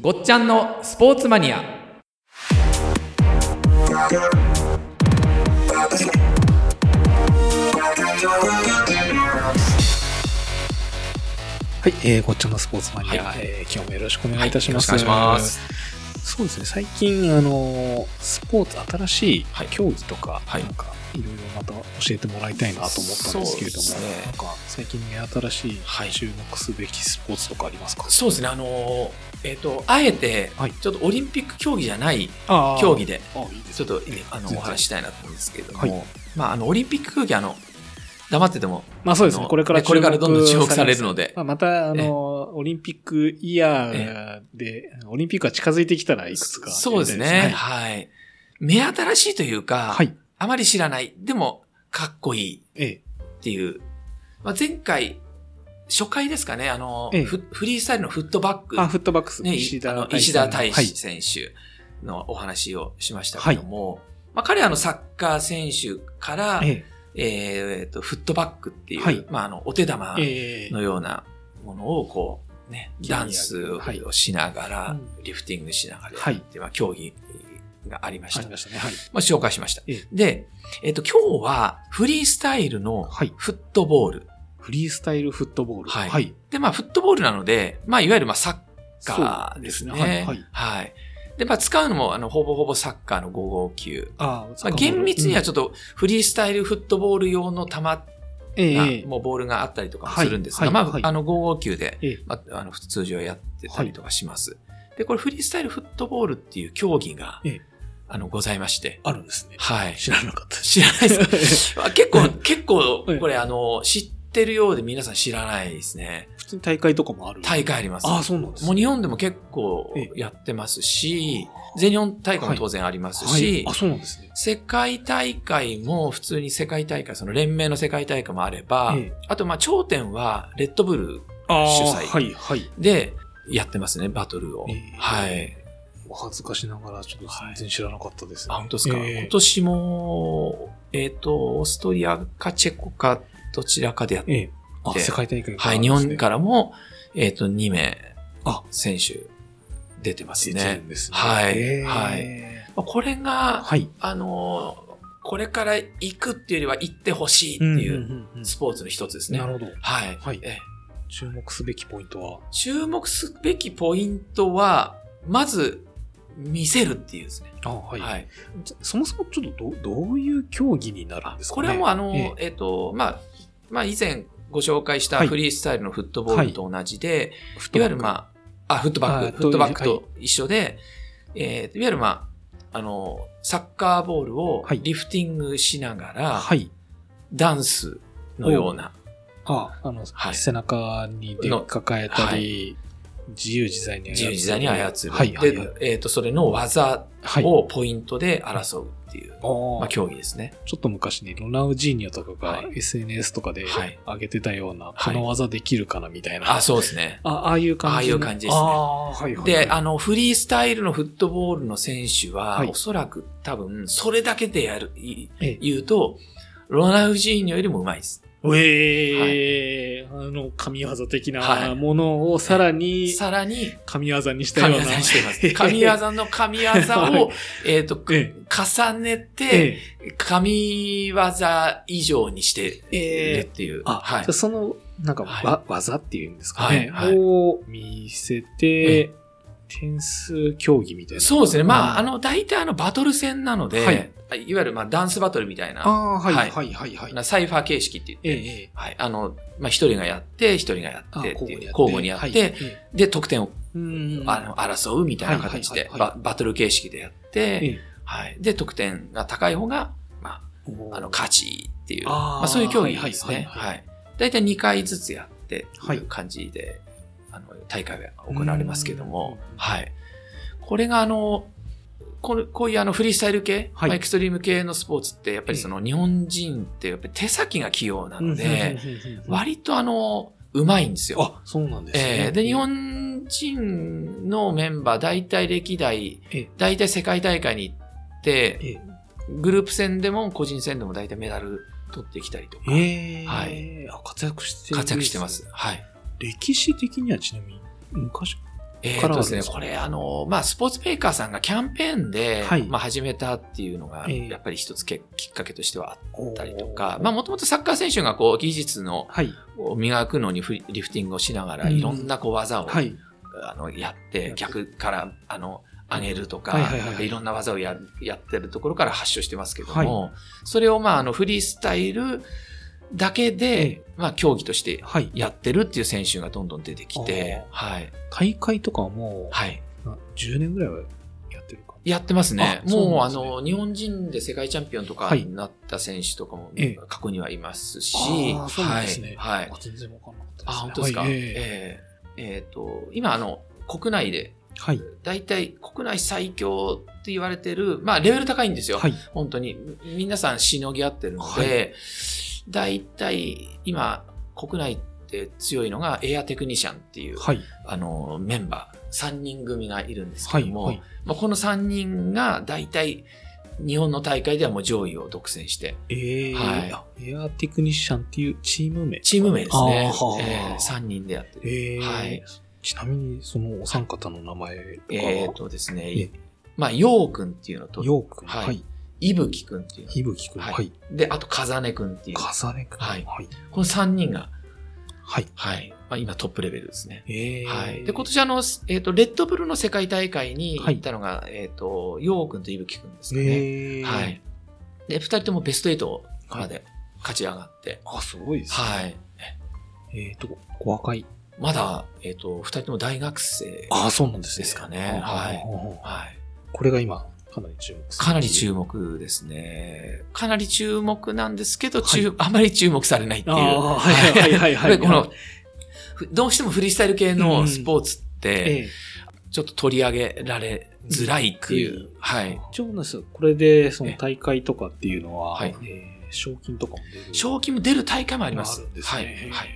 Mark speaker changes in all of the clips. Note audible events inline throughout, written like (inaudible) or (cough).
Speaker 1: ごっちゃんのスポーツマニア
Speaker 2: はい、えー、こっちのスポーツマニア、
Speaker 1: はい
Speaker 2: えー今日もよろしくお願いいたします。
Speaker 1: はいよろしくお願いします
Speaker 2: そうですね、最近、あのー、スポーツ、新しい
Speaker 1: はい
Speaker 2: 競技とか、
Speaker 1: はい
Speaker 2: なんか、いろいろまた教えてもらいたいなと思ったんですけれども、
Speaker 1: そうですね
Speaker 2: なんか、最近目新しい、
Speaker 3: はい
Speaker 2: 注目すべきスポーツとかありますか
Speaker 3: そうですね、あのーえっ、と、あえて
Speaker 2: はい、
Speaker 3: ちょっとオリンピック競技じゃない
Speaker 2: あー
Speaker 3: 競技で、
Speaker 2: あいいです
Speaker 3: ちょっとね、あ
Speaker 2: 全
Speaker 3: の、お
Speaker 2: 然
Speaker 3: 話ししたいなと思うんですけれども、
Speaker 2: はい
Speaker 3: まあ、あの、オリンピック競技、あの、黙ってても、
Speaker 2: まあそうです
Speaker 3: あ
Speaker 2: ね、
Speaker 3: の
Speaker 2: これから、
Speaker 3: これからどんどん注目される。ので
Speaker 2: ま、あ、また、あのー、オリンピックイヤーで、オリンピックが近づいてきたらいくつか。
Speaker 3: そうです
Speaker 2: やりたい
Speaker 3: ね、はい。目新しいというか、
Speaker 2: はい。はい。
Speaker 3: あまり知らない、でも、かっこいい
Speaker 2: ええ。
Speaker 3: っていう、まあ、前回、初回ですかね、あの、
Speaker 2: ええ
Speaker 3: フフリースタイルのフットバック
Speaker 2: あ、フットバックス。
Speaker 3: ね、石田石田大
Speaker 2: はい
Speaker 3: 志選手のお話をしましたけども、まあ、彼はあのサッカー選手から、え
Speaker 2: え
Speaker 3: ーっとフットバックっていう、
Speaker 2: はい
Speaker 3: まあ、あのお手玉
Speaker 2: えええ
Speaker 3: のようなものをこう、ね、
Speaker 2: ええ
Speaker 3: ダンス
Speaker 2: はい
Speaker 3: をしながら、
Speaker 2: うん
Speaker 3: リフティングしながら
Speaker 2: はい
Speaker 3: っていう、まあ、競技がありまし
Speaker 2: あ
Speaker 3: た。
Speaker 2: りましたね。はい。
Speaker 3: まあ、紹介しました。
Speaker 2: ええ
Speaker 3: で、えーっと今日はフリースタイルの
Speaker 2: はい
Speaker 3: フットボール。
Speaker 2: フリースタイルフットボール。
Speaker 3: はい
Speaker 2: はい。
Speaker 3: で、まあ、フットボールなので、まあ、いわゆるまあサッカーですね。
Speaker 2: そうですねはい
Speaker 3: はいで、まあ、使うのも、あの、ほぼほぼサッカーの5号球。
Speaker 2: あ
Speaker 3: まあ、厳密にはちょ
Speaker 2: ょ
Speaker 3: っと、フリースタイルフットボール用の球が、
Speaker 2: っと、えええ
Speaker 3: もうボールがあったりとかも
Speaker 2: はい
Speaker 3: するんですが、
Speaker 2: はい
Speaker 3: まあ、
Speaker 2: はい
Speaker 3: あの、5号球で、
Speaker 2: ええ
Speaker 3: まあ、あの、通常やってたりとかします。で、これ、フリースタイルフットボールっていう競技が、
Speaker 2: ええ
Speaker 3: あの、ございまして、
Speaker 2: あるんですね。
Speaker 3: はい。
Speaker 2: 知らなかったで
Speaker 3: (laughs)
Speaker 2: す。
Speaker 3: 知らない
Speaker 2: (laughs)
Speaker 3: です。あ結構、結構
Speaker 2: ええ、
Speaker 3: これ、あの、知ってるようで皆さん知らないですね。
Speaker 2: 普通に大会とかもある。
Speaker 3: 大会あります。
Speaker 2: ああ、そうなんですね。
Speaker 3: もう日本でも結構
Speaker 2: え
Speaker 3: やってますし、全日本大会も当然ありますし、
Speaker 2: はい。あ、そうなんですね。
Speaker 3: 世界大会も普通に世界大会、その連盟の世界大会もあれば、
Speaker 2: ええ
Speaker 3: あとまあ頂点はレッドブル
Speaker 2: あ
Speaker 3: 主
Speaker 2: ー
Speaker 3: 催
Speaker 2: はい、はい。
Speaker 3: でやってますね、バトルを。
Speaker 2: ええ
Speaker 3: はい。
Speaker 2: お恥ずかしながら、ちょっと全然知らなかったです。
Speaker 3: あ、本当ですか。
Speaker 2: ええ
Speaker 3: 今年も、えっ、と、オーストリアかチェコかどちらかでやって、
Speaker 2: ええ。あ、
Speaker 3: で
Speaker 2: 世界大会
Speaker 3: はい、日本からも、えっ、と、2名
Speaker 2: あ
Speaker 3: 選手出てま
Speaker 2: ら
Speaker 3: す
Speaker 2: 出てる
Speaker 3: ね。
Speaker 2: んですね。
Speaker 3: はい
Speaker 2: ええ
Speaker 3: はいまあこれが、
Speaker 2: はい。
Speaker 3: あのーこれから行くっていうよりは行ってほしいっていうん
Speaker 2: んん
Speaker 3: スポーツの一つですね。
Speaker 2: なるほど。
Speaker 3: はい、
Speaker 2: はい
Speaker 3: え
Speaker 2: 注目すべきポイントは、
Speaker 3: 注目すべきポイントは、まず、見せるっていうですね。
Speaker 2: あは
Speaker 3: はいい。。
Speaker 2: じゃそもそもちょっとどどういう競技になるんですかね
Speaker 3: これはもうあのー、
Speaker 2: え
Speaker 3: えっ、と、まあ、まあ以前ご紹介した
Speaker 2: はい
Speaker 3: フリースタイルのフットボールと同じで、い、わゆる
Speaker 2: あ、
Speaker 3: まあ、あ、フットバ
Speaker 2: あ
Speaker 3: ック、フットバックと一緒で、えーいわゆるまあ、あのー、サッカーボールを
Speaker 2: はい
Speaker 3: リフティングしながら、
Speaker 2: はい。
Speaker 3: ダンスのような、
Speaker 2: あ、あの、
Speaker 3: はい
Speaker 2: 背中にで抱えたり、自由自在に操る
Speaker 3: 自由自在に操る。
Speaker 2: はい、はい、はい
Speaker 3: で、えっ、と、それの技
Speaker 2: はい。
Speaker 3: をポイントで争うっていう、
Speaker 2: おー
Speaker 3: まあ、競技ですね。
Speaker 2: ちょっと昔にロナウジーニョとかが
Speaker 3: は
Speaker 2: SNS とかで
Speaker 3: はい
Speaker 2: 上げてたような、
Speaker 3: はい
Speaker 2: この技できるかなみたいな。
Speaker 3: あ、そうですね。
Speaker 2: あああいう感じ。
Speaker 3: ああいう感じですね
Speaker 2: ああ、はい、はい。
Speaker 3: で、あの、フリースタイルのフットボールの選手は、
Speaker 2: はい
Speaker 3: おそらく多分、それだけでやる、い
Speaker 2: え
Speaker 3: 言うと、ロナウジーニョよりも上手いです。
Speaker 2: うえーあの、神業的
Speaker 3: は
Speaker 2: ないものをさらに
Speaker 3: さらに、
Speaker 2: 神業にした
Speaker 3: 神
Speaker 2: よう
Speaker 3: 業
Speaker 2: な。
Speaker 3: にしてい
Speaker 2: (laughs)
Speaker 3: ます。神業の神業
Speaker 2: はい
Speaker 3: を、えっと、
Speaker 2: え
Speaker 3: 重ねて、
Speaker 2: え
Speaker 3: 神業以上にしてるっていう。
Speaker 2: あ、
Speaker 3: はい
Speaker 2: じゃあ。その、なんか、わ
Speaker 3: はい
Speaker 2: 技っていうんですかね。
Speaker 3: はいはい
Speaker 2: を見せ
Speaker 3: え
Speaker 2: て、点数競技みたいな。
Speaker 3: そうですね。まあ、あ
Speaker 2: の、
Speaker 3: の、大体あの、バトル戦なので、
Speaker 2: はい
Speaker 3: い、わゆる、まあ、ダンスバトルみたいな、
Speaker 2: あーは、
Speaker 3: はいい
Speaker 2: はい、はい、はい。
Speaker 3: サイファー形式って言って、
Speaker 2: ええええ
Speaker 3: はい、あの、まあ、一人がやって、一人がや
Speaker 2: あ
Speaker 3: ってって
Speaker 2: 交
Speaker 3: いう、
Speaker 2: 互
Speaker 3: 交互に
Speaker 2: にや
Speaker 3: や
Speaker 2: っ。
Speaker 3: ってて、
Speaker 2: はいええ
Speaker 3: で、得点を、
Speaker 2: うん
Speaker 3: あの、争うみたいな形で、
Speaker 2: はいはいはいは
Speaker 3: ババトル形式でやって、
Speaker 2: ええ
Speaker 3: はい。で、得点が高い方が、まあ、あの、勝ちっていう、
Speaker 2: あー
Speaker 3: まあ、そういう競技ですね。
Speaker 2: はいはいはい
Speaker 3: はい。大体2回ずつやって、
Speaker 2: はい
Speaker 3: い、う感じで、あの、大会が行われますけども
Speaker 2: うん、
Speaker 3: はい。これが、あの、このこういうあのフリースタイル系、
Speaker 2: はい
Speaker 3: まあエクストリーム系のスポーツって、やっぱりその日本人ってやっぱり手先が器用な
Speaker 2: うん
Speaker 3: ので、
Speaker 2: 割
Speaker 3: 割とあの、うまいんですよ。
Speaker 2: あ、そうなんです
Speaker 3: え
Speaker 2: ね。
Speaker 3: ーで、日本人のメンバー、大体歴代
Speaker 2: ええ、
Speaker 3: 大体世界大会に行って
Speaker 2: ええ、
Speaker 3: グループ戦でも個人戦でも大体メダル取ってきたりとか、
Speaker 2: ええ
Speaker 3: は
Speaker 2: あ活躍してるんです
Speaker 3: 活
Speaker 2: ね
Speaker 3: 躍してます。。はい。
Speaker 2: 歴史的にはちなみに、昔
Speaker 3: え
Speaker 2: か
Speaker 3: ー
Speaker 2: ら
Speaker 3: とで
Speaker 2: あるん
Speaker 3: す
Speaker 2: で
Speaker 3: ね、
Speaker 2: すか
Speaker 3: これ、あの、まあ、スポーツメーカーさんがキャンペーンで、
Speaker 2: はい
Speaker 3: まあ、始めたっていうのが、
Speaker 2: ええ
Speaker 3: やっぱり一つけきっかけとしてはあ
Speaker 2: お
Speaker 3: っ
Speaker 2: ー
Speaker 3: たりとか、まあ、もともとサッカー選手が、こう、技術の、
Speaker 2: はい。
Speaker 3: を磨くのにフリリフティングをしながら、
Speaker 2: うん
Speaker 3: いろんな、こう、技を、
Speaker 2: はい。
Speaker 3: あの、やって、逆から、あの、上げるとか、
Speaker 2: はい
Speaker 3: い
Speaker 2: はいはい
Speaker 3: ろんな技をややってるところから発症してますけども、それを、まあ、あの、フリースタイルだけ
Speaker 2: え
Speaker 3: で、まあ、競技として
Speaker 2: はい。
Speaker 3: やってるっていう選手がどんどん出てきて、はい。
Speaker 2: 大会とかはもう、
Speaker 3: はい。
Speaker 2: な10年ぐらいはやってるか
Speaker 3: やってますね。
Speaker 2: あそ
Speaker 3: も
Speaker 2: う
Speaker 3: う
Speaker 2: なん
Speaker 3: あ
Speaker 2: ですね
Speaker 3: の、日本人で世界チャンピオンとか
Speaker 2: はい
Speaker 3: になった選手とかも
Speaker 2: ええ
Speaker 3: 過去にはいますし、
Speaker 2: あーそうなんですね
Speaker 3: はい。はい
Speaker 2: な。あ、全然わかんなかったです、ね。
Speaker 3: あ、本当ですか。
Speaker 2: はい。ええ
Speaker 3: えええっと、今あの、国内で、
Speaker 2: はい。
Speaker 3: 大体国内最強って言われてる、まあレベル高いんですよ。
Speaker 2: はい。
Speaker 3: 本当に。皆さんしのぎ合ってるの
Speaker 2: は
Speaker 3: で、大体今、国内って強いのがエアテクニシャンっていう、
Speaker 2: はい。
Speaker 3: あの、メンバー、3人組がいるんです
Speaker 2: は
Speaker 3: けど
Speaker 2: い。
Speaker 3: も、
Speaker 2: はい。
Speaker 3: まあ、この3人が大体日本の大会ではもう上位を独占して、
Speaker 2: ええ
Speaker 3: は
Speaker 2: エアテクニシャンっていうチーム名。
Speaker 3: チーム名ですね
Speaker 2: あーは、ー
Speaker 3: え3人でやってる。
Speaker 2: ええ
Speaker 3: はい
Speaker 2: ちなみに、そのお三方の名前とかは、
Speaker 3: えっ、とですね、
Speaker 2: え
Speaker 3: まあ、ようくんっていうのと、
Speaker 2: ヨーくん、
Speaker 3: はい
Speaker 2: はい。
Speaker 3: いぶきくんっていうの、
Speaker 2: ひぶきくん、
Speaker 3: はい
Speaker 2: はい。
Speaker 3: で、あとかざねくんっていう、
Speaker 2: かさねくん、
Speaker 3: はい
Speaker 2: はい。
Speaker 3: この3人が、
Speaker 2: はい。
Speaker 3: はい、まあ、今トップレベルですね。
Speaker 2: ええ
Speaker 3: はい、で今年あの、えっとレッドブルの世界大会に行ったのが、えっとようくんといぶきくんですかね、
Speaker 2: ええ
Speaker 3: はい、で2人ともベスト8まで勝ち上がって、
Speaker 2: あ、すごいですね。
Speaker 3: はい、
Speaker 2: えっ、と、お若い。
Speaker 3: まだ、えっ、と、二人とも大学生。
Speaker 2: あ、そうなんですね。
Speaker 3: ですかねはい
Speaker 2: い。
Speaker 3: はい。
Speaker 2: これが今、かなり注目
Speaker 3: かなり注目ですね。かなり注目なんですけど、
Speaker 2: はい
Speaker 3: 注 (laughs) あまり注目されないっていう。
Speaker 2: あーはいはいはいはい
Speaker 3: やっ (laughs) ぱりこの、ふどうしてもフリースタイル系
Speaker 2: うん
Speaker 3: のスポーツって、
Speaker 2: ええ
Speaker 3: ちょっと取り上げられづらいっていう。
Speaker 2: うん
Speaker 3: はい。
Speaker 2: 一応なんですよこれで、そ
Speaker 3: え
Speaker 2: の
Speaker 3: え
Speaker 2: 大会とかっていうのは、
Speaker 3: はい
Speaker 2: ええ賞金とかも出る。
Speaker 3: 賞金も出る大会もあります。
Speaker 2: あるんです
Speaker 3: は
Speaker 2: ね。
Speaker 3: い。はい
Speaker 2: い。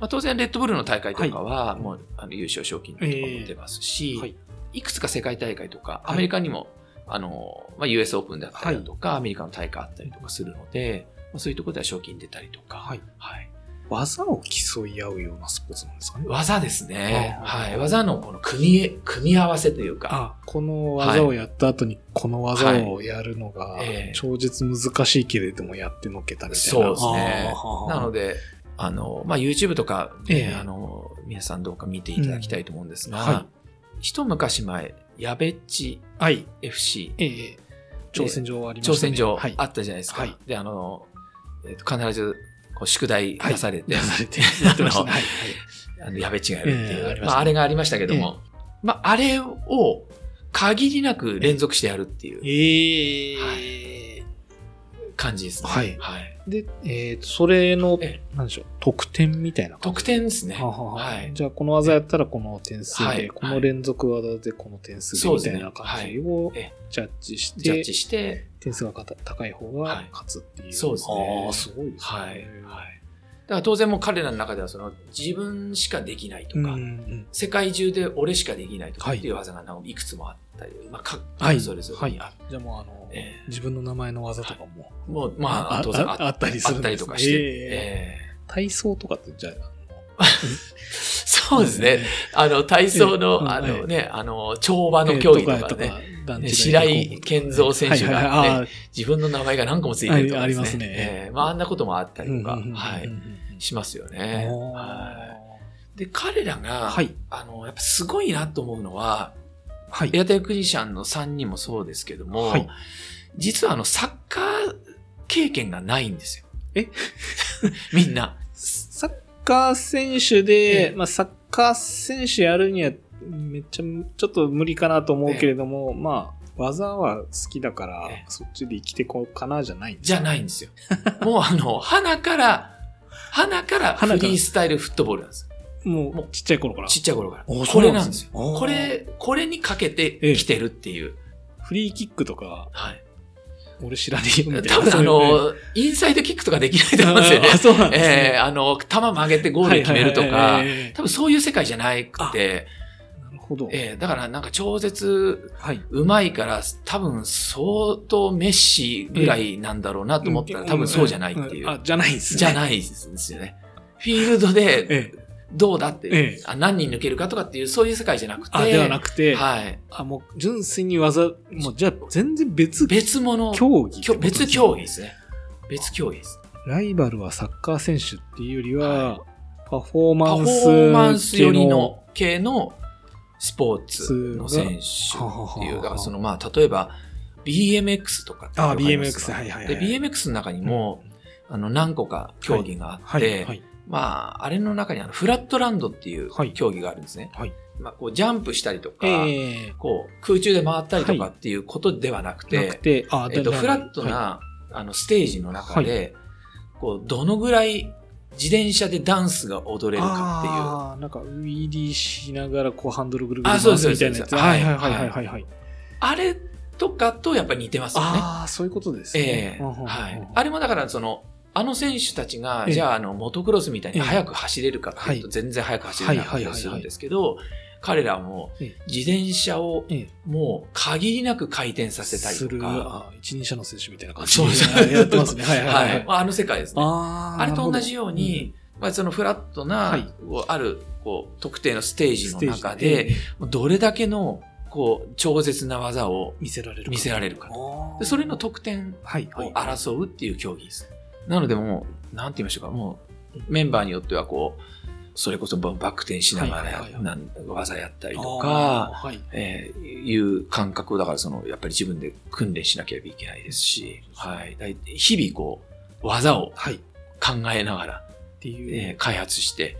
Speaker 3: まあ、当然、レッドブルの大会とかは、もう、あの優勝賞金とかも出ますし、
Speaker 2: はいい、
Speaker 3: くつか世界大会とか、
Speaker 2: はい
Speaker 3: アメリカにも、あの、まあ、US オープンだったりだとか、アメリカの大会あったりとかするので、まあ、そういうところでは賞金出たりとか、
Speaker 2: はい
Speaker 3: はい
Speaker 2: 技を競い合うようなスポーツなんですかね。
Speaker 3: 技ですね。
Speaker 2: あー
Speaker 3: はい。技のこの組み、組み合わせというか、
Speaker 2: あ、この技をやった後にこの技をやるのが
Speaker 3: はいええ、
Speaker 2: 超絶難しいけれどもやってのけたみたいな。
Speaker 3: そうですね
Speaker 2: あー
Speaker 3: なので、あの、まあ、YouTube とかね、
Speaker 2: ええ
Speaker 3: あの、皆さんどうか見ていただきたいと思うんですが、
Speaker 2: うんは
Speaker 3: 一昔前、やべっち
Speaker 2: はい。
Speaker 3: FC
Speaker 2: ええ挑戦状はありました、
Speaker 3: 挑
Speaker 2: ね。
Speaker 3: 戦状
Speaker 2: はい。
Speaker 3: あったじゃないですか。
Speaker 2: はい
Speaker 3: で、あの、えっと必ずこう宿題出されて、
Speaker 2: やられて、やってましたね。はい。
Speaker 3: あのやべっちがやるっていう、
Speaker 2: ええありましたね
Speaker 3: まあ、あれがありましたけども、まあ、あれを限りなく連続してやるっていう
Speaker 2: ええ
Speaker 3: 感じですね。
Speaker 2: はいで、えっ、と、それの
Speaker 3: え、
Speaker 2: なんでしょう、得点みたいな感
Speaker 3: 得点ですね。
Speaker 2: じ。ははは
Speaker 3: はい。
Speaker 2: じゃあ、この技やったらこの点数で、
Speaker 3: はい
Speaker 2: この連続技でこの点数でみたいな感じを
Speaker 3: そうですねはいえ
Speaker 2: ジャッジして、
Speaker 3: ジャッジして、
Speaker 2: 点数が高い方
Speaker 3: は
Speaker 2: が
Speaker 3: い
Speaker 2: 勝つっていう。
Speaker 3: そうですね
Speaker 2: ああ、すごいですね。
Speaker 3: はい。はい。だから当然もう彼らの中ではその自分しかできないと
Speaker 2: う
Speaker 3: か、
Speaker 2: ん。
Speaker 3: 世界中で俺しかできないとかっていう技がいくつもあったり、まあ、かそれぞれにあっ
Speaker 2: じゃあもう、あの、
Speaker 3: え
Speaker 2: 自分の名前の技とかも、
Speaker 3: もう、まあ、当然
Speaker 2: ああったりする
Speaker 3: あ
Speaker 2: んですね
Speaker 3: ったりとかして。
Speaker 2: え
Speaker 3: ええ
Speaker 2: 体操とかって、じゃあ、
Speaker 3: そうですね。。あの、体操の、
Speaker 2: ええ
Speaker 3: あ
Speaker 2: ええ
Speaker 3: のね、あの、跳馬の競技とかね、、ね白井健三選手がね
Speaker 2: あ
Speaker 3: 自分の名前が何個もついてるとか、
Speaker 2: あありますね
Speaker 3: ええまあ、あんなこともあったりとか、はい、
Speaker 2: い。
Speaker 3: しますよね。は
Speaker 2: はい
Speaker 3: で、彼らが、
Speaker 2: はい
Speaker 3: あの、やっぱすごいなと思うのは、
Speaker 2: はい
Speaker 3: エアテクニシャンの3人もそうですけども、
Speaker 2: はい
Speaker 3: 実はあの、サッカー経験がないんですよ。
Speaker 2: え
Speaker 3: (laughs) みんな。
Speaker 2: サッカー選手で
Speaker 3: え、え
Speaker 2: まあ、サッカー選手やるには、めっちゃ、ちょっと無理かなと思うけれども、まあ、技は好きだから
Speaker 3: ええ、
Speaker 2: そっちで生きてこうかなじゃないんです
Speaker 3: じゃないん
Speaker 2: (laughs)
Speaker 3: ですよ。もうあの、鼻から、鼻からフ
Speaker 2: 鼻から
Speaker 3: リースタイルフットボールなんですよ。
Speaker 2: も
Speaker 3: も
Speaker 2: う
Speaker 3: う、
Speaker 2: ちっちゃい頃から。
Speaker 3: ちっちゃい頃から。
Speaker 2: お
Speaker 3: これなんですよ。
Speaker 2: そうなんですね
Speaker 3: これ、これにかけてきてるっていう。
Speaker 2: フリーキックとか、
Speaker 3: はい。
Speaker 2: 俺知らねえよみたい
Speaker 3: 多
Speaker 2: な。
Speaker 3: 分あ
Speaker 2: あ
Speaker 3: の、インサイドキックとかできないと思うんですよね
Speaker 2: (laughs) あ、。そうなんです
Speaker 3: ええ
Speaker 2: ね。
Speaker 3: あの、球曲げてゴール決めるとか
Speaker 2: はいはいはいはいええ、
Speaker 3: 多分そういう世界じゃなくて、
Speaker 2: なるほど。
Speaker 3: ええだからなんか超絶
Speaker 2: はい。
Speaker 3: うまいから、多分相当メッシぐらいなんだろうなと思ったら、多分そうじゃないってい
Speaker 2: んあ
Speaker 3: う。、
Speaker 2: じゃないんですね。
Speaker 3: じゃ
Speaker 2: い。
Speaker 3: ないですよね。フィールドで、どうだって、
Speaker 2: ええ
Speaker 3: あ何人抜けるかとかっていう、そういう世界じゃなくて、
Speaker 2: あ、ではなくて、
Speaker 3: はい。
Speaker 2: あ、もう純粋に技、もうじゃあ全然別
Speaker 3: 別物、
Speaker 2: 競技って
Speaker 3: きょ
Speaker 2: ことで
Speaker 3: 別
Speaker 2: すね
Speaker 3: 競技ですね。別競技です。
Speaker 2: ライバルはサッカー選手っていうより
Speaker 3: は
Speaker 2: は、パフォー
Speaker 3: パ
Speaker 2: マ
Speaker 3: フォ
Speaker 2: ン
Speaker 3: ーマン
Speaker 2: ス
Speaker 3: ス
Speaker 2: 系
Speaker 3: 寄り
Speaker 2: の、
Speaker 3: の系のスポーツの選手っていう、
Speaker 2: はははは
Speaker 3: だからそのまあ、例えば BMX とかって
Speaker 2: あ
Speaker 3: わかります
Speaker 2: BMX、はいはいはい。
Speaker 3: で、BMX の中にも、あの、何個か競技があっ
Speaker 2: はい
Speaker 3: て
Speaker 2: は、い。
Speaker 3: まあ、あれの中にあの、フラットランドっていう
Speaker 2: はい
Speaker 3: 競技があるんですね。
Speaker 2: はい
Speaker 3: まあ、こう、ジャンプしたりとか、
Speaker 2: ええ
Speaker 3: こう、空中で回ったりとかっていうことではなくて、
Speaker 2: なくて、あ、
Speaker 3: えっと、
Speaker 2: だ
Speaker 3: フラットな、
Speaker 2: は
Speaker 3: あの、ステージの中で、こう、どのぐらい自転車でダンスが踊
Speaker 2: い
Speaker 3: れるかっていう。
Speaker 2: あーなんか、ウィリーしながら、こう、ハンドルぐるぐる
Speaker 3: あそうで
Speaker 2: 回
Speaker 3: す
Speaker 2: すみたいなや
Speaker 3: そ
Speaker 2: つ。
Speaker 3: うです
Speaker 2: はいはいはい
Speaker 3: は
Speaker 2: はいいはいはい。
Speaker 3: あれとかとやっぱり似てますよね。
Speaker 2: ああ、そういうことです
Speaker 3: え
Speaker 2: ね。
Speaker 3: え
Speaker 2: うんうんうん
Speaker 3: はい。あれもだから、その、あの選手たちが、
Speaker 2: ええ
Speaker 3: じゃあ、あの、モトクロスみたいに速く走れるかっていうと、
Speaker 2: は
Speaker 3: 全然速く走れなかったりするんですけど、彼らも
Speaker 2: ええ、
Speaker 3: 自転車を
Speaker 2: ええ、
Speaker 3: もう、限りなく回転させた
Speaker 2: す
Speaker 3: りと
Speaker 2: る、
Speaker 3: か、
Speaker 2: あー一人車の選手みたいな感じ
Speaker 3: そうです
Speaker 2: (laughs) やってますね。はいはい
Speaker 3: は
Speaker 2: はいい。。
Speaker 3: まああの世界ですね。
Speaker 2: あー
Speaker 3: あれと同じ
Speaker 2: なる
Speaker 3: ように、まあそのフラットな
Speaker 2: はい、
Speaker 3: こうある、こう、特定のステー
Speaker 2: ほど
Speaker 3: ジ
Speaker 2: ス
Speaker 3: の
Speaker 2: テージ
Speaker 3: 中
Speaker 2: え
Speaker 3: で、
Speaker 2: え
Speaker 3: どれだけの、こう、超絶な技を
Speaker 2: 見せられるか。
Speaker 3: 見せられるか。
Speaker 2: あー
Speaker 3: でそれの、得点
Speaker 2: はいは
Speaker 3: を
Speaker 2: い。
Speaker 3: 争うっていう競技です。なのでもう、なんて言いましょうか、もう、メンバーによってはこう、それこそバック転しなが
Speaker 2: はいはい
Speaker 3: ら
Speaker 2: はいはい
Speaker 3: なん技やったりと
Speaker 2: あ
Speaker 3: か、
Speaker 2: ー、はい。
Speaker 3: えーいう感覚をだからその、やっぱり自分で訓練しなければいけないですし、はい。だい日々こう、技を
Speaker 2: はい。っ
Speaker 3: 考えながら、
Speaker 2: ていう。
Speaker 3: えー開発して、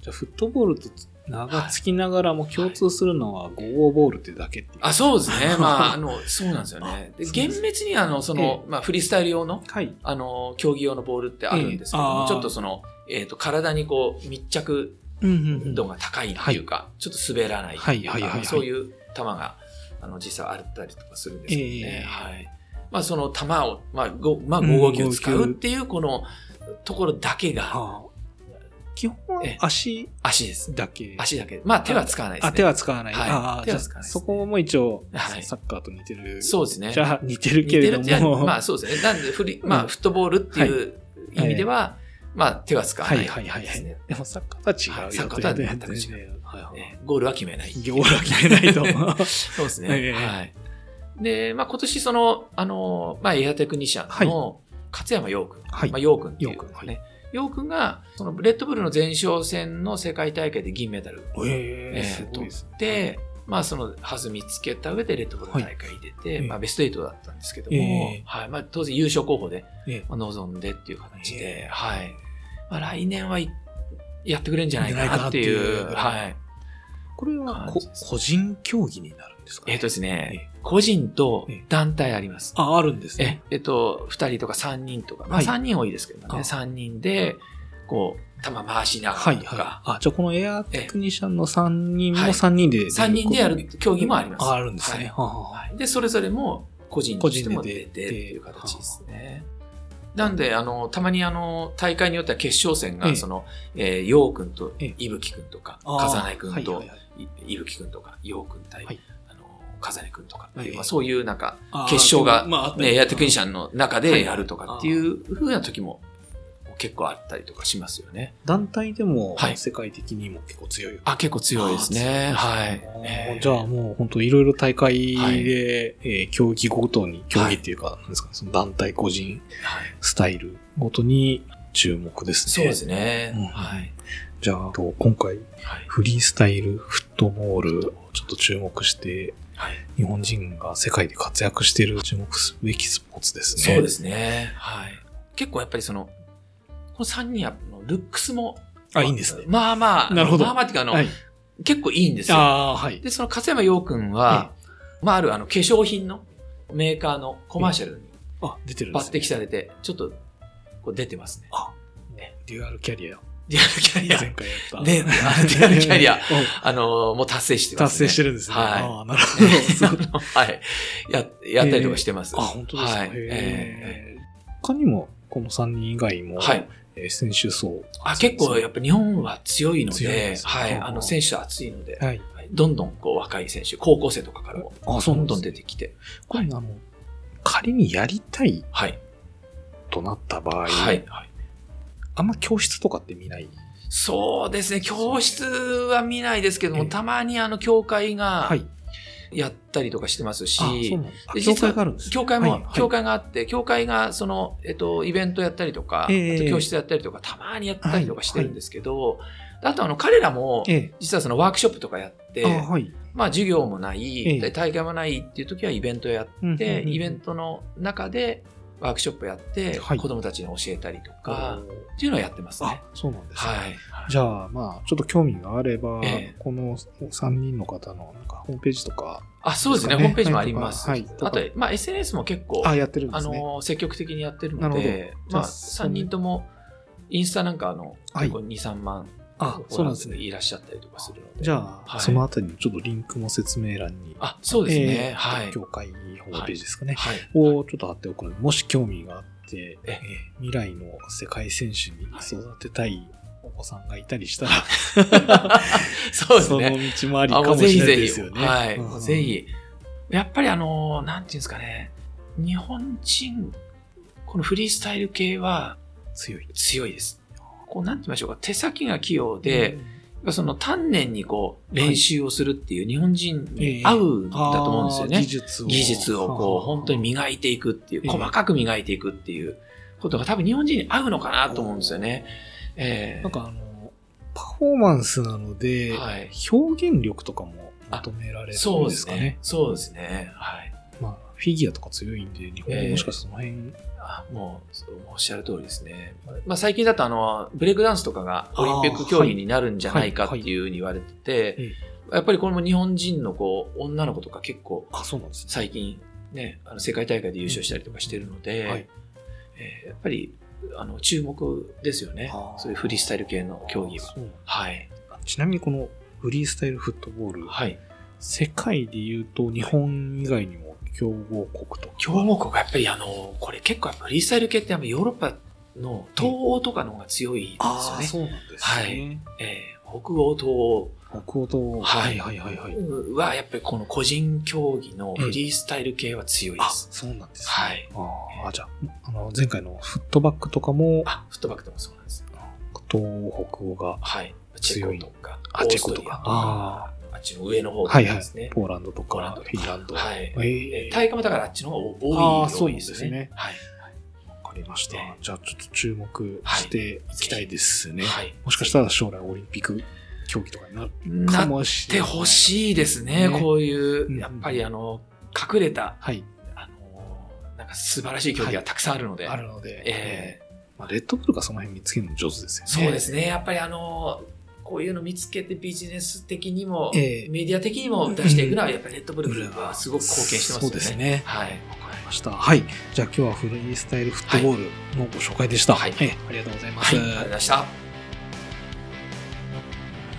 Speaker 2: じゃあフットボールと名が付きながらも共通するのはゴーボールってだけっていう。
Speaker 3: あ、そうです
Speaker 2: (laughs)
Speaker 3: ね。まあ、あの、そうなんですよね。で、厳密にあの、その、まあ、フリースタイル用の、
Speaker 2: はい。
Speaker 3: あの、競技用のボールってあるんですけど
Speaker 2: ええあ
Speaker 3: も、
Speaker 2: ー
Speaker 3: ちょっとその、えっ、と、体にこう、密着
Speaker 2: うんうん
Speaker 3: 度が高いっていうか、ちょっと滑らないっていうか、
Speaker 2: はいはいはいはい
Speaker 3: そういう球が、あの、実際あったりとかするんですけどね。
Speaker 2: ええ
Speaker 3: はい。まあ、その球を、まあ、ごまあ、
Speaker 2: うん
Speaker 3: 5号機を使うっていう、この、ところだけが
Speaker 2: あー基本は
Speaker 3: ええ
Speaker 2: 足
Speaker 3: 足です。
Speaker 2: だけ。
Speaker 3: 足だけ。まあ、手は使わないですね。
Speaker 2: あ、手は使わない。
Speaker 3: はい
Speaker 2: あー
Speaker 3: 手は使わないです
Speaker 2: じゃあそこも一応、
Speaker 3: はい
Speaker 2: サッカーと似てる。
Speaker 3: そうですね。
Speaker 2: じゃあ似てる
Speaker 3: 似
Speaker 2: け
Speaker 3: て
Speaker 2: れ
Speaker 3: るって
Speaker 2: ども。
Speaker 3: まあそうですね。なんでフリ、ま
Speaker 2: う
Speaker 3: あ
Speaker 2: ん
Speaker 3: フットボールっていう意味では、まあ手は使わ
Speaker 2: は
Speaker 3: ないい
Speaker 2: はいはい
Speaker 3: で
Speaker 2: は
Speaker 3: す
Speaker 2: い
Speaker 3: ね。。
Speaker 2: でもサッカーとは違うよ、
Speaker 3: はいサッカーとは全く違う
Speaker 2: 全然はいはいはい
Speaker 3: ねゴールは決めない。
Speaker 2: ゴールは決めない
Speaker 3: (laughs)
Speaker 2: と。
Speaker 3: そうですね。
Speaker 2: ええ
Speaker 3: はい。で、まあ今年その、あの、まあエアテクニシャンの勝山陽君。
Speaker 2: (laughs) はい
Speaker 3: まあ陽君ってい
Speaker 2: 陽
Speaker 3: う
Speaker 2: 君は
Speaker 3: ね。陽君が、そのレッドブルの前哨戦の世界大会で銀メダルを
Speaker 2: え
Speaker 3: え
Speaker 2: え
Speaker 3: ー
Speaker 2: すごいですね。
Speaker 3: 取って、まあその弾みつけた上でレッドブルの大会に出て、
Speaker 2: はい
Speaker 3: まあベスト8だったんですけども、
Speaker 2: ええ
Speaker 3: はい。まあ当然優勝候補で
Speaker 2: ええ
Speaker 3: まあ望んでっていう形で、はい。まあ来年はいやってくれるんじゃないかなっていう、
Speaker 2: やってくれるんじゃないかなって
Speaker 3: はい。
Speaker 2: これはこ
Speaker 3: 感じです
Speaker 2: 個人競技になるんですかね
Speaker 3: えっ、とですね、
Speaker 2: え
Speaker 3: 個人と
Speaker 2: ええ
Speaker 3: 団体あります。
Speaker 2: あ、あるんです
Speaker 3: え
Speaker 2: ね。
Speaker 3: えっと、2人とか3人とか、まあ、
Speaker 2: はい
Speaker 3: 3人多いですけどね、
Speaker 2: あ
Speaker 3: 3人で、こう、球回しなが
Speaker 2: はい
Speaker 3: らと
Speaker 2: はい。
Speaker 3: か、
Speaker 2: あ、じゃあこのエアテクニシャンの3人も
Speaker 3: はい
Speaker 2: 3人で。
Speaker 3: 3人でやる競技もあります。
Speaker 2: ああるんです
Speaker 3: は
Speaker 2: ね。
Speaker 3: い
Speaker 2: はあはあ
Speaker 3: はいで、それぞれも個人としても出てっていう形ですね。なんで、あの、たまにあの、大会によっては決勝戦
Speaker 2: え
Speaker 3: が、
Speaker 2: え
Speaker 3: その、えー、陽君と
Speaker 2: ええ、
Speaker 3: 伊吹君とか、
Speaker 2: あー
Speaker 3: 風内君
Speaker 2: は
Speaker 3: と
Speaker 2: いはいはい、
Speaker 3: い伊吹君とか、陽君対
Speaker 2: はい、
Speaker 3: あの、風内君とかっていう、
Speaker 2: ええ
Speaker 3: まあそういうなんか、
Speaker 2: あー
Speaker 3: 決勝が
Speaker 2: まああったり
Speaker 3: ね、エアテクニシ
Speaker 2: ャン。
Speaker 3: ャンの中でやるとかっていうふうな時も結構あったりとかしますよね。
Speaker 2: 団体でも
Speaker 3: はい
Speaker 2: 世界的にも結構強いよ。
Speaker 3: あ、結構強いですね。はい
Speaker 2: あー。
Speaker 3: えー
Speaker 2: じゃあもう本当いろいろ大会で、えー競技ごとに、競技っていうか、なんですかね、その団体個人
Speaker 3: はい
Speaker 2: スタイルごとに注目ですね。
Speaker 3: そうですね
Speaker 2: うん。
Speaker 3: はい。
Speaker 2: じゃあ、と今回
Speaker 3: はい
Speaker 2: フリースタイル、フットボール、ちょっと注目して、
Speaker 3: はい
Speaker 2: 日本人が世界で活躍している注目すべきスポーツですね。
Speaker 3: そうですね。はい。結構やっぱりその、この3人はのルックスも、
Speaker 2: あ、いいんですね。
Speaker 3: まあまあ、
Speaker 2: なるほど
Speaker 3: まあまあっていうか、あの、
Speaker 2: はい。
Speaker 3: 結構いいんですよ。
Speaker 2: ああー、はい。
Speaker 3: で、その勝山陽君は、まああるあの化粧品のメーカーのコマーシャルに
Speaker 2: あ、出てるんで
Speaker 3: 抜
Speaker 2: すね
Speaker 3: 擢されて、ちょっとこう出てますね。
Speaker 2: デュアルキャリア。
Speaker 3: リアルキャリア。
Speaker 2: 前回やった。
Speaker 3: ねあデュアルキャ
Speaker 2: (laughs)
Speaker 3: リア
Speaker 2: を
Speaker 3: あの、もう達成してま
Speaker 2: 達
Speaker 3: す、ね。
Speaker 2: 成してるんですね。
Speaker 3: はい
Speaker 2: ああ、なるほど。すごい
Speaker 3: (laughs) はい。や、やったりとかしてます。
Speaker 2: (laughs) あ、本当ですか。
Speaker 3: はい
Speaker 2: へ。
Speaker 3: え
Speaker 2: え他にも、この3人以外
Speaker 3: ー
Speaker 2: も、
Speaker 3: はい。
Speaker 2: えー選手層。
Speaker 3: あ結構やっぱ日本は強いの
Speaker 2: 強い
Speaker 3: で、
Speaker 2: ですね
Speaker 3: はい。
Speaker 2: うん
Speaker 3: あの、選手は熱いので、
Speaker 2: はい。
Speaker 3: はいどんどんこう若い選手、高校生とかからも、
Speaker 2: あ、そ
Speaker 3: ど
Speaker 2: うんな
Speaker 3: ど
Speaker 2: ん
Speaker 3: ん
Speaker 2: で
Speaker 3: 出
Speaker 2: すね
Speaker 3: てきて、
Speaker 2: これ、あの、仮にやりたい
Speaker 3: はい。
Speaker 2: となった場合、
Speaker 3: はい。はい
Speaker 2: あんま教室とかって見ない
Speaker 3: そうですね、教室は見ないですけども、
Speaker 2: ええ
Speaker 3: たまにあの、教会が
Speaker 2: はい。
Speaker 3: やったりとかしてますし、
Speaker 2: あ、そうなんだ。
Speaker 3: で
Speaker 2: 教
Speaker 3: 実は
Speaker 2: 会があるんですね
Speaker 3: 教会も、
Speaker 2: はいはい
Speaker 3: 教会があって、教会が、その、えっと、イベントやったりとか、
Speaker 2: ええ
Speaker 3: あと教室やったりとか、たまにやったりとかしてるんですけど、あと、あの、彼らも、
Speaker 2: え
Speaker 3: 実はそのワークショップとかやって
Speaker 2: え。、あ、はい。
Speaker 3: まあ、授業もな
Speaker 2: え
Speaker 3: い、
Speaker 2: え
Speaker 3: で大会もないっていう時はイベントやっ
Speaker 2: うんうん
Speaker 3: て、
Speaker 2: うん
Speaker 3: イベントの中でワークショップやって、
Speaker 2: はい
Speaker 3: 子供たちに教えたりとか、
Speaker 2: おー
Speaker 3: っていうのをやってますね
Speaker 2: あ。、そうなんですね。
Speaker 3: はい。
Speaker 2: じゃあ、まあ、ちょっと興味があれば、
Speaker 3: ええ
Speaker 2: この3人の方のなんかホームページとか、
Speaker 3: あ、そうですね。
Speaker 2: ですかね
Speaker 3: ホームページもあります。
Speaker 2: はいとか
Speaker 3: あと、まあ、SNS も結構、
Speaker 2: あ、やってるんで
Speaker 3: あ
Speaker 2: すね。
Speaker 3: の、積極的にやってる
Speaker 2: な
Speaker 3: の
Speaker 2: るほど
Speaker 3: で、まあ、
Speaker 2: じゃあ
Speaker 3: 3人とも、インスタなんか、あの、
Speaker 2: はい
Speaker 3: 結構2、3万、
Speaker 2: あ、そうなんですね。
Speaker 3: いらっしゃったりとかするので。
Speaker 2: じゃあ、
Speaker 3: はい
Speaker 2: そのあたりのちょっとリンクも説明欄に、
Speaker 3: あ、そうですね。
Speaker 2: えー
Speaker 3: はい。
Speaker 2: 教会ホームページですかね。
Speaker 3: はい。
Speaker 2: をちょっと貼っておくので、もし興味があって、
Speaker 3: え
Speaker 2: えー未来の世界選手に育てたいお子さんがいたりしたら、
Speaker 3: (laughs) (laughs) そうです
Speaker 2: その
Speaker 3: ね。
Speaker 2: 道もありか
Speaker 3: あも
Speaker 2: も
Speaker 3: うぜ
Speaker 2: し
Speaker 3: ひ
Speaker 2: れない
Speaker 3: ぜ
Speaker 2: ですよ
Speaker 3: ひ、
Speaker 2: ね。
Speaker 3: はい、
Speaker 2: うん
Speaker 3: ぜ。ひ。やっぱりあの、なんていうんですかね、日本人、このフリースタイル系は
Speaker 2: 強い。
Speaker 3: 強いです。こう、なんて言いましょうか、手先が器用で、、その丹念にこう、練習をするっていう日本人に合うんだと思うんですよ
Speaker 2: あー
Speaker 3: ね
Speaker 2: 技。術を。
Speaker 3: 技術をこう、本当に磨いていくっていう、
Speaker 2: ええ
Speaker 3: 細かく磨いていくっていうことが多分日本人に合うのかなと思うんですよね。え
Speaker 2: なんかあの、パフォーマンスなの
Speaker 3: え
Speaker 2: で、
Speaker 3: はい。
Speaker 2: 表現力とかも求められる
Speaker 3: そう
Speaker 2: んで
Speaker 3: ですす
Speaker 2: かね
Speaker 3: ね。。そうですね。はい。
Speaker 2: まあ、フィギュアとか強いんで、日本
Speaker 3: ええ
Speaker 2: ももしかしたらその辺、
Speaker 3: あもうそうおっしゃる通りですね、まあ、最近だとあのブレイクダンスとかがオリンピック競技になるんじゃないかっていうふうに言われてて、
Speaker 2: はいはい
Speaker 3: やっぱりこれも日本人のこう女の子とか結構
Speaker 2: あ、そうなんですね。
Speaker 3: 最近、ね、あの世界大会で優勝したりとかしてるので、
Speaker 2: はい
Speaker 3: えーやっぱりあの注目ですよね
Speaker 2: あー
Speaker 3: そういうフリースタイル系の競技は。
Speaker 2: そうなんだ
Speaker 3: はい、
Speaker 2: ちなみにこのフリースタイルフットボール、
Speaker 3: はい、
Speaker 2: 世界で言うと日本以外にも強豪国とか。
Speaker 3: 強豪国はやっぱりあのこれ結構やっぱフリースタイル系ってあのヨーロッパの東欧とかの方が強いんですよね、
Speaker 2: そうなんです
Speaker 3: ね。えー北欧東欧
Speaker 2: はい。北欧と、
Speaker 3: はい
Speaker 2: はいはいはい。
Speaker 3: はやっぱりこの個人競技のフリースタイル系は強いで
Speaker 2: あ、
Speaker 3: す。
Speaker 2: そうなんですね。
Speaker 3: はい。
Speaker 2: あーじゃあ、あの、前回のフットバックとかも、
Speaker 3: あ、フットバックでもそうなんです。
Speaker 2: 東北欧が、
Speaker 3: はい。チェコとか、
Speaker 2: あチェコとか
Speaker 3: ああっちの上の方
Speaker 2: はい
Speaker 3: で
Speaker 2: はい
Speaker 3: すね。。
Speaker 2: ポーランドと
Speaker 3: ポーラン
Speaker 2: か、
Speaker 3: ド
Speaker 2: フ
Speaker 3: とか
Speaker 2: ィンランド。
Speaker 3: は
Speaker 2: え
Speaker 3: い。え
Speaker 2: え
Speaker 3: ー大会もだからあっちの方が
Speaker 2: あ
Speaker 3: 多
Speaker 2: あ
Speaker 3: い、
Speaker 2: そう
Speaker 3: 多い
Speaker 2: で
Speaker 3: です
Speaker 2: ね
Speaker 3: すよね。はい。
Speaker 2: わかりました
Speaker 3: ええ。
Speaker 2: じゃあ、ちょっと注目していきたいですね。
Speaker 3: はい。
Speaker 2: もしかしたら将来オリンピック競技とかになる
Speaker 3: な
Speaker 2: か
Speaker 3: っ
Speaker 2: もしれ
Speaker 3: て
Speaker 2: ない。
Speaker 3: ほしいですね。
Speaker 2: ね
Speaker 3: こう
Speaker 2: うんう
Speaker 3: い
Speaker 2: ん
Speaker 3: う、やっぱりあの、隠れた、
Speaker 2: はい。
Speaker 3: あの、なんか素晴らしい競技がたくさんあるので。
Speaker 2: あるので、
Speaker 3: えー
Speaker 2: まあ、レッドブルがその辺見つけるの上手ですよね。
Speaker 3: そうですね、やっぱりあのこういうの見つけてビジネス的にも、
Speaker 2: ええ
Speaker 3: メディア的にも出していくのは、やっぱりレッドブル
Speaker 2: ブ
Speaker 3: グル
Speaker 2: ル
Speaker 3: ー
Speaker 2: ー
Speaker 3: プ
Speaker 2: は
Speaker 3: はすごく貢献してますよね。
Speaker 2: そうですね。
Speaker 3: はい。
Speaker 2: わかりました。はい。じゃあ今日はフリースタイルフットボールのご紹介でした。
Speaker 3: はい
Speaker 2: ええありがとうございま
Speaker 3: は
Speaker 2: す。
Speaker 3: い、ありがとうございました。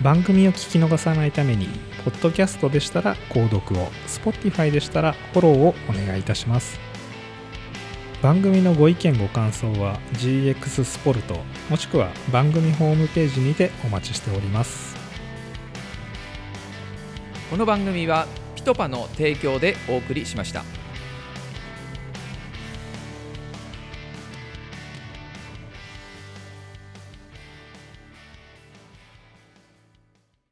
Speaker 4: 番組を聞き逃さないためにポッドキャストでしたら購読を Spotify でしたらフォローをお願いいたします番組のご意見ご感想は GX スポルトもしくは番組ホームページにてお待ちしております
Speaker 1: この番組はピトパの提供でお送りしました。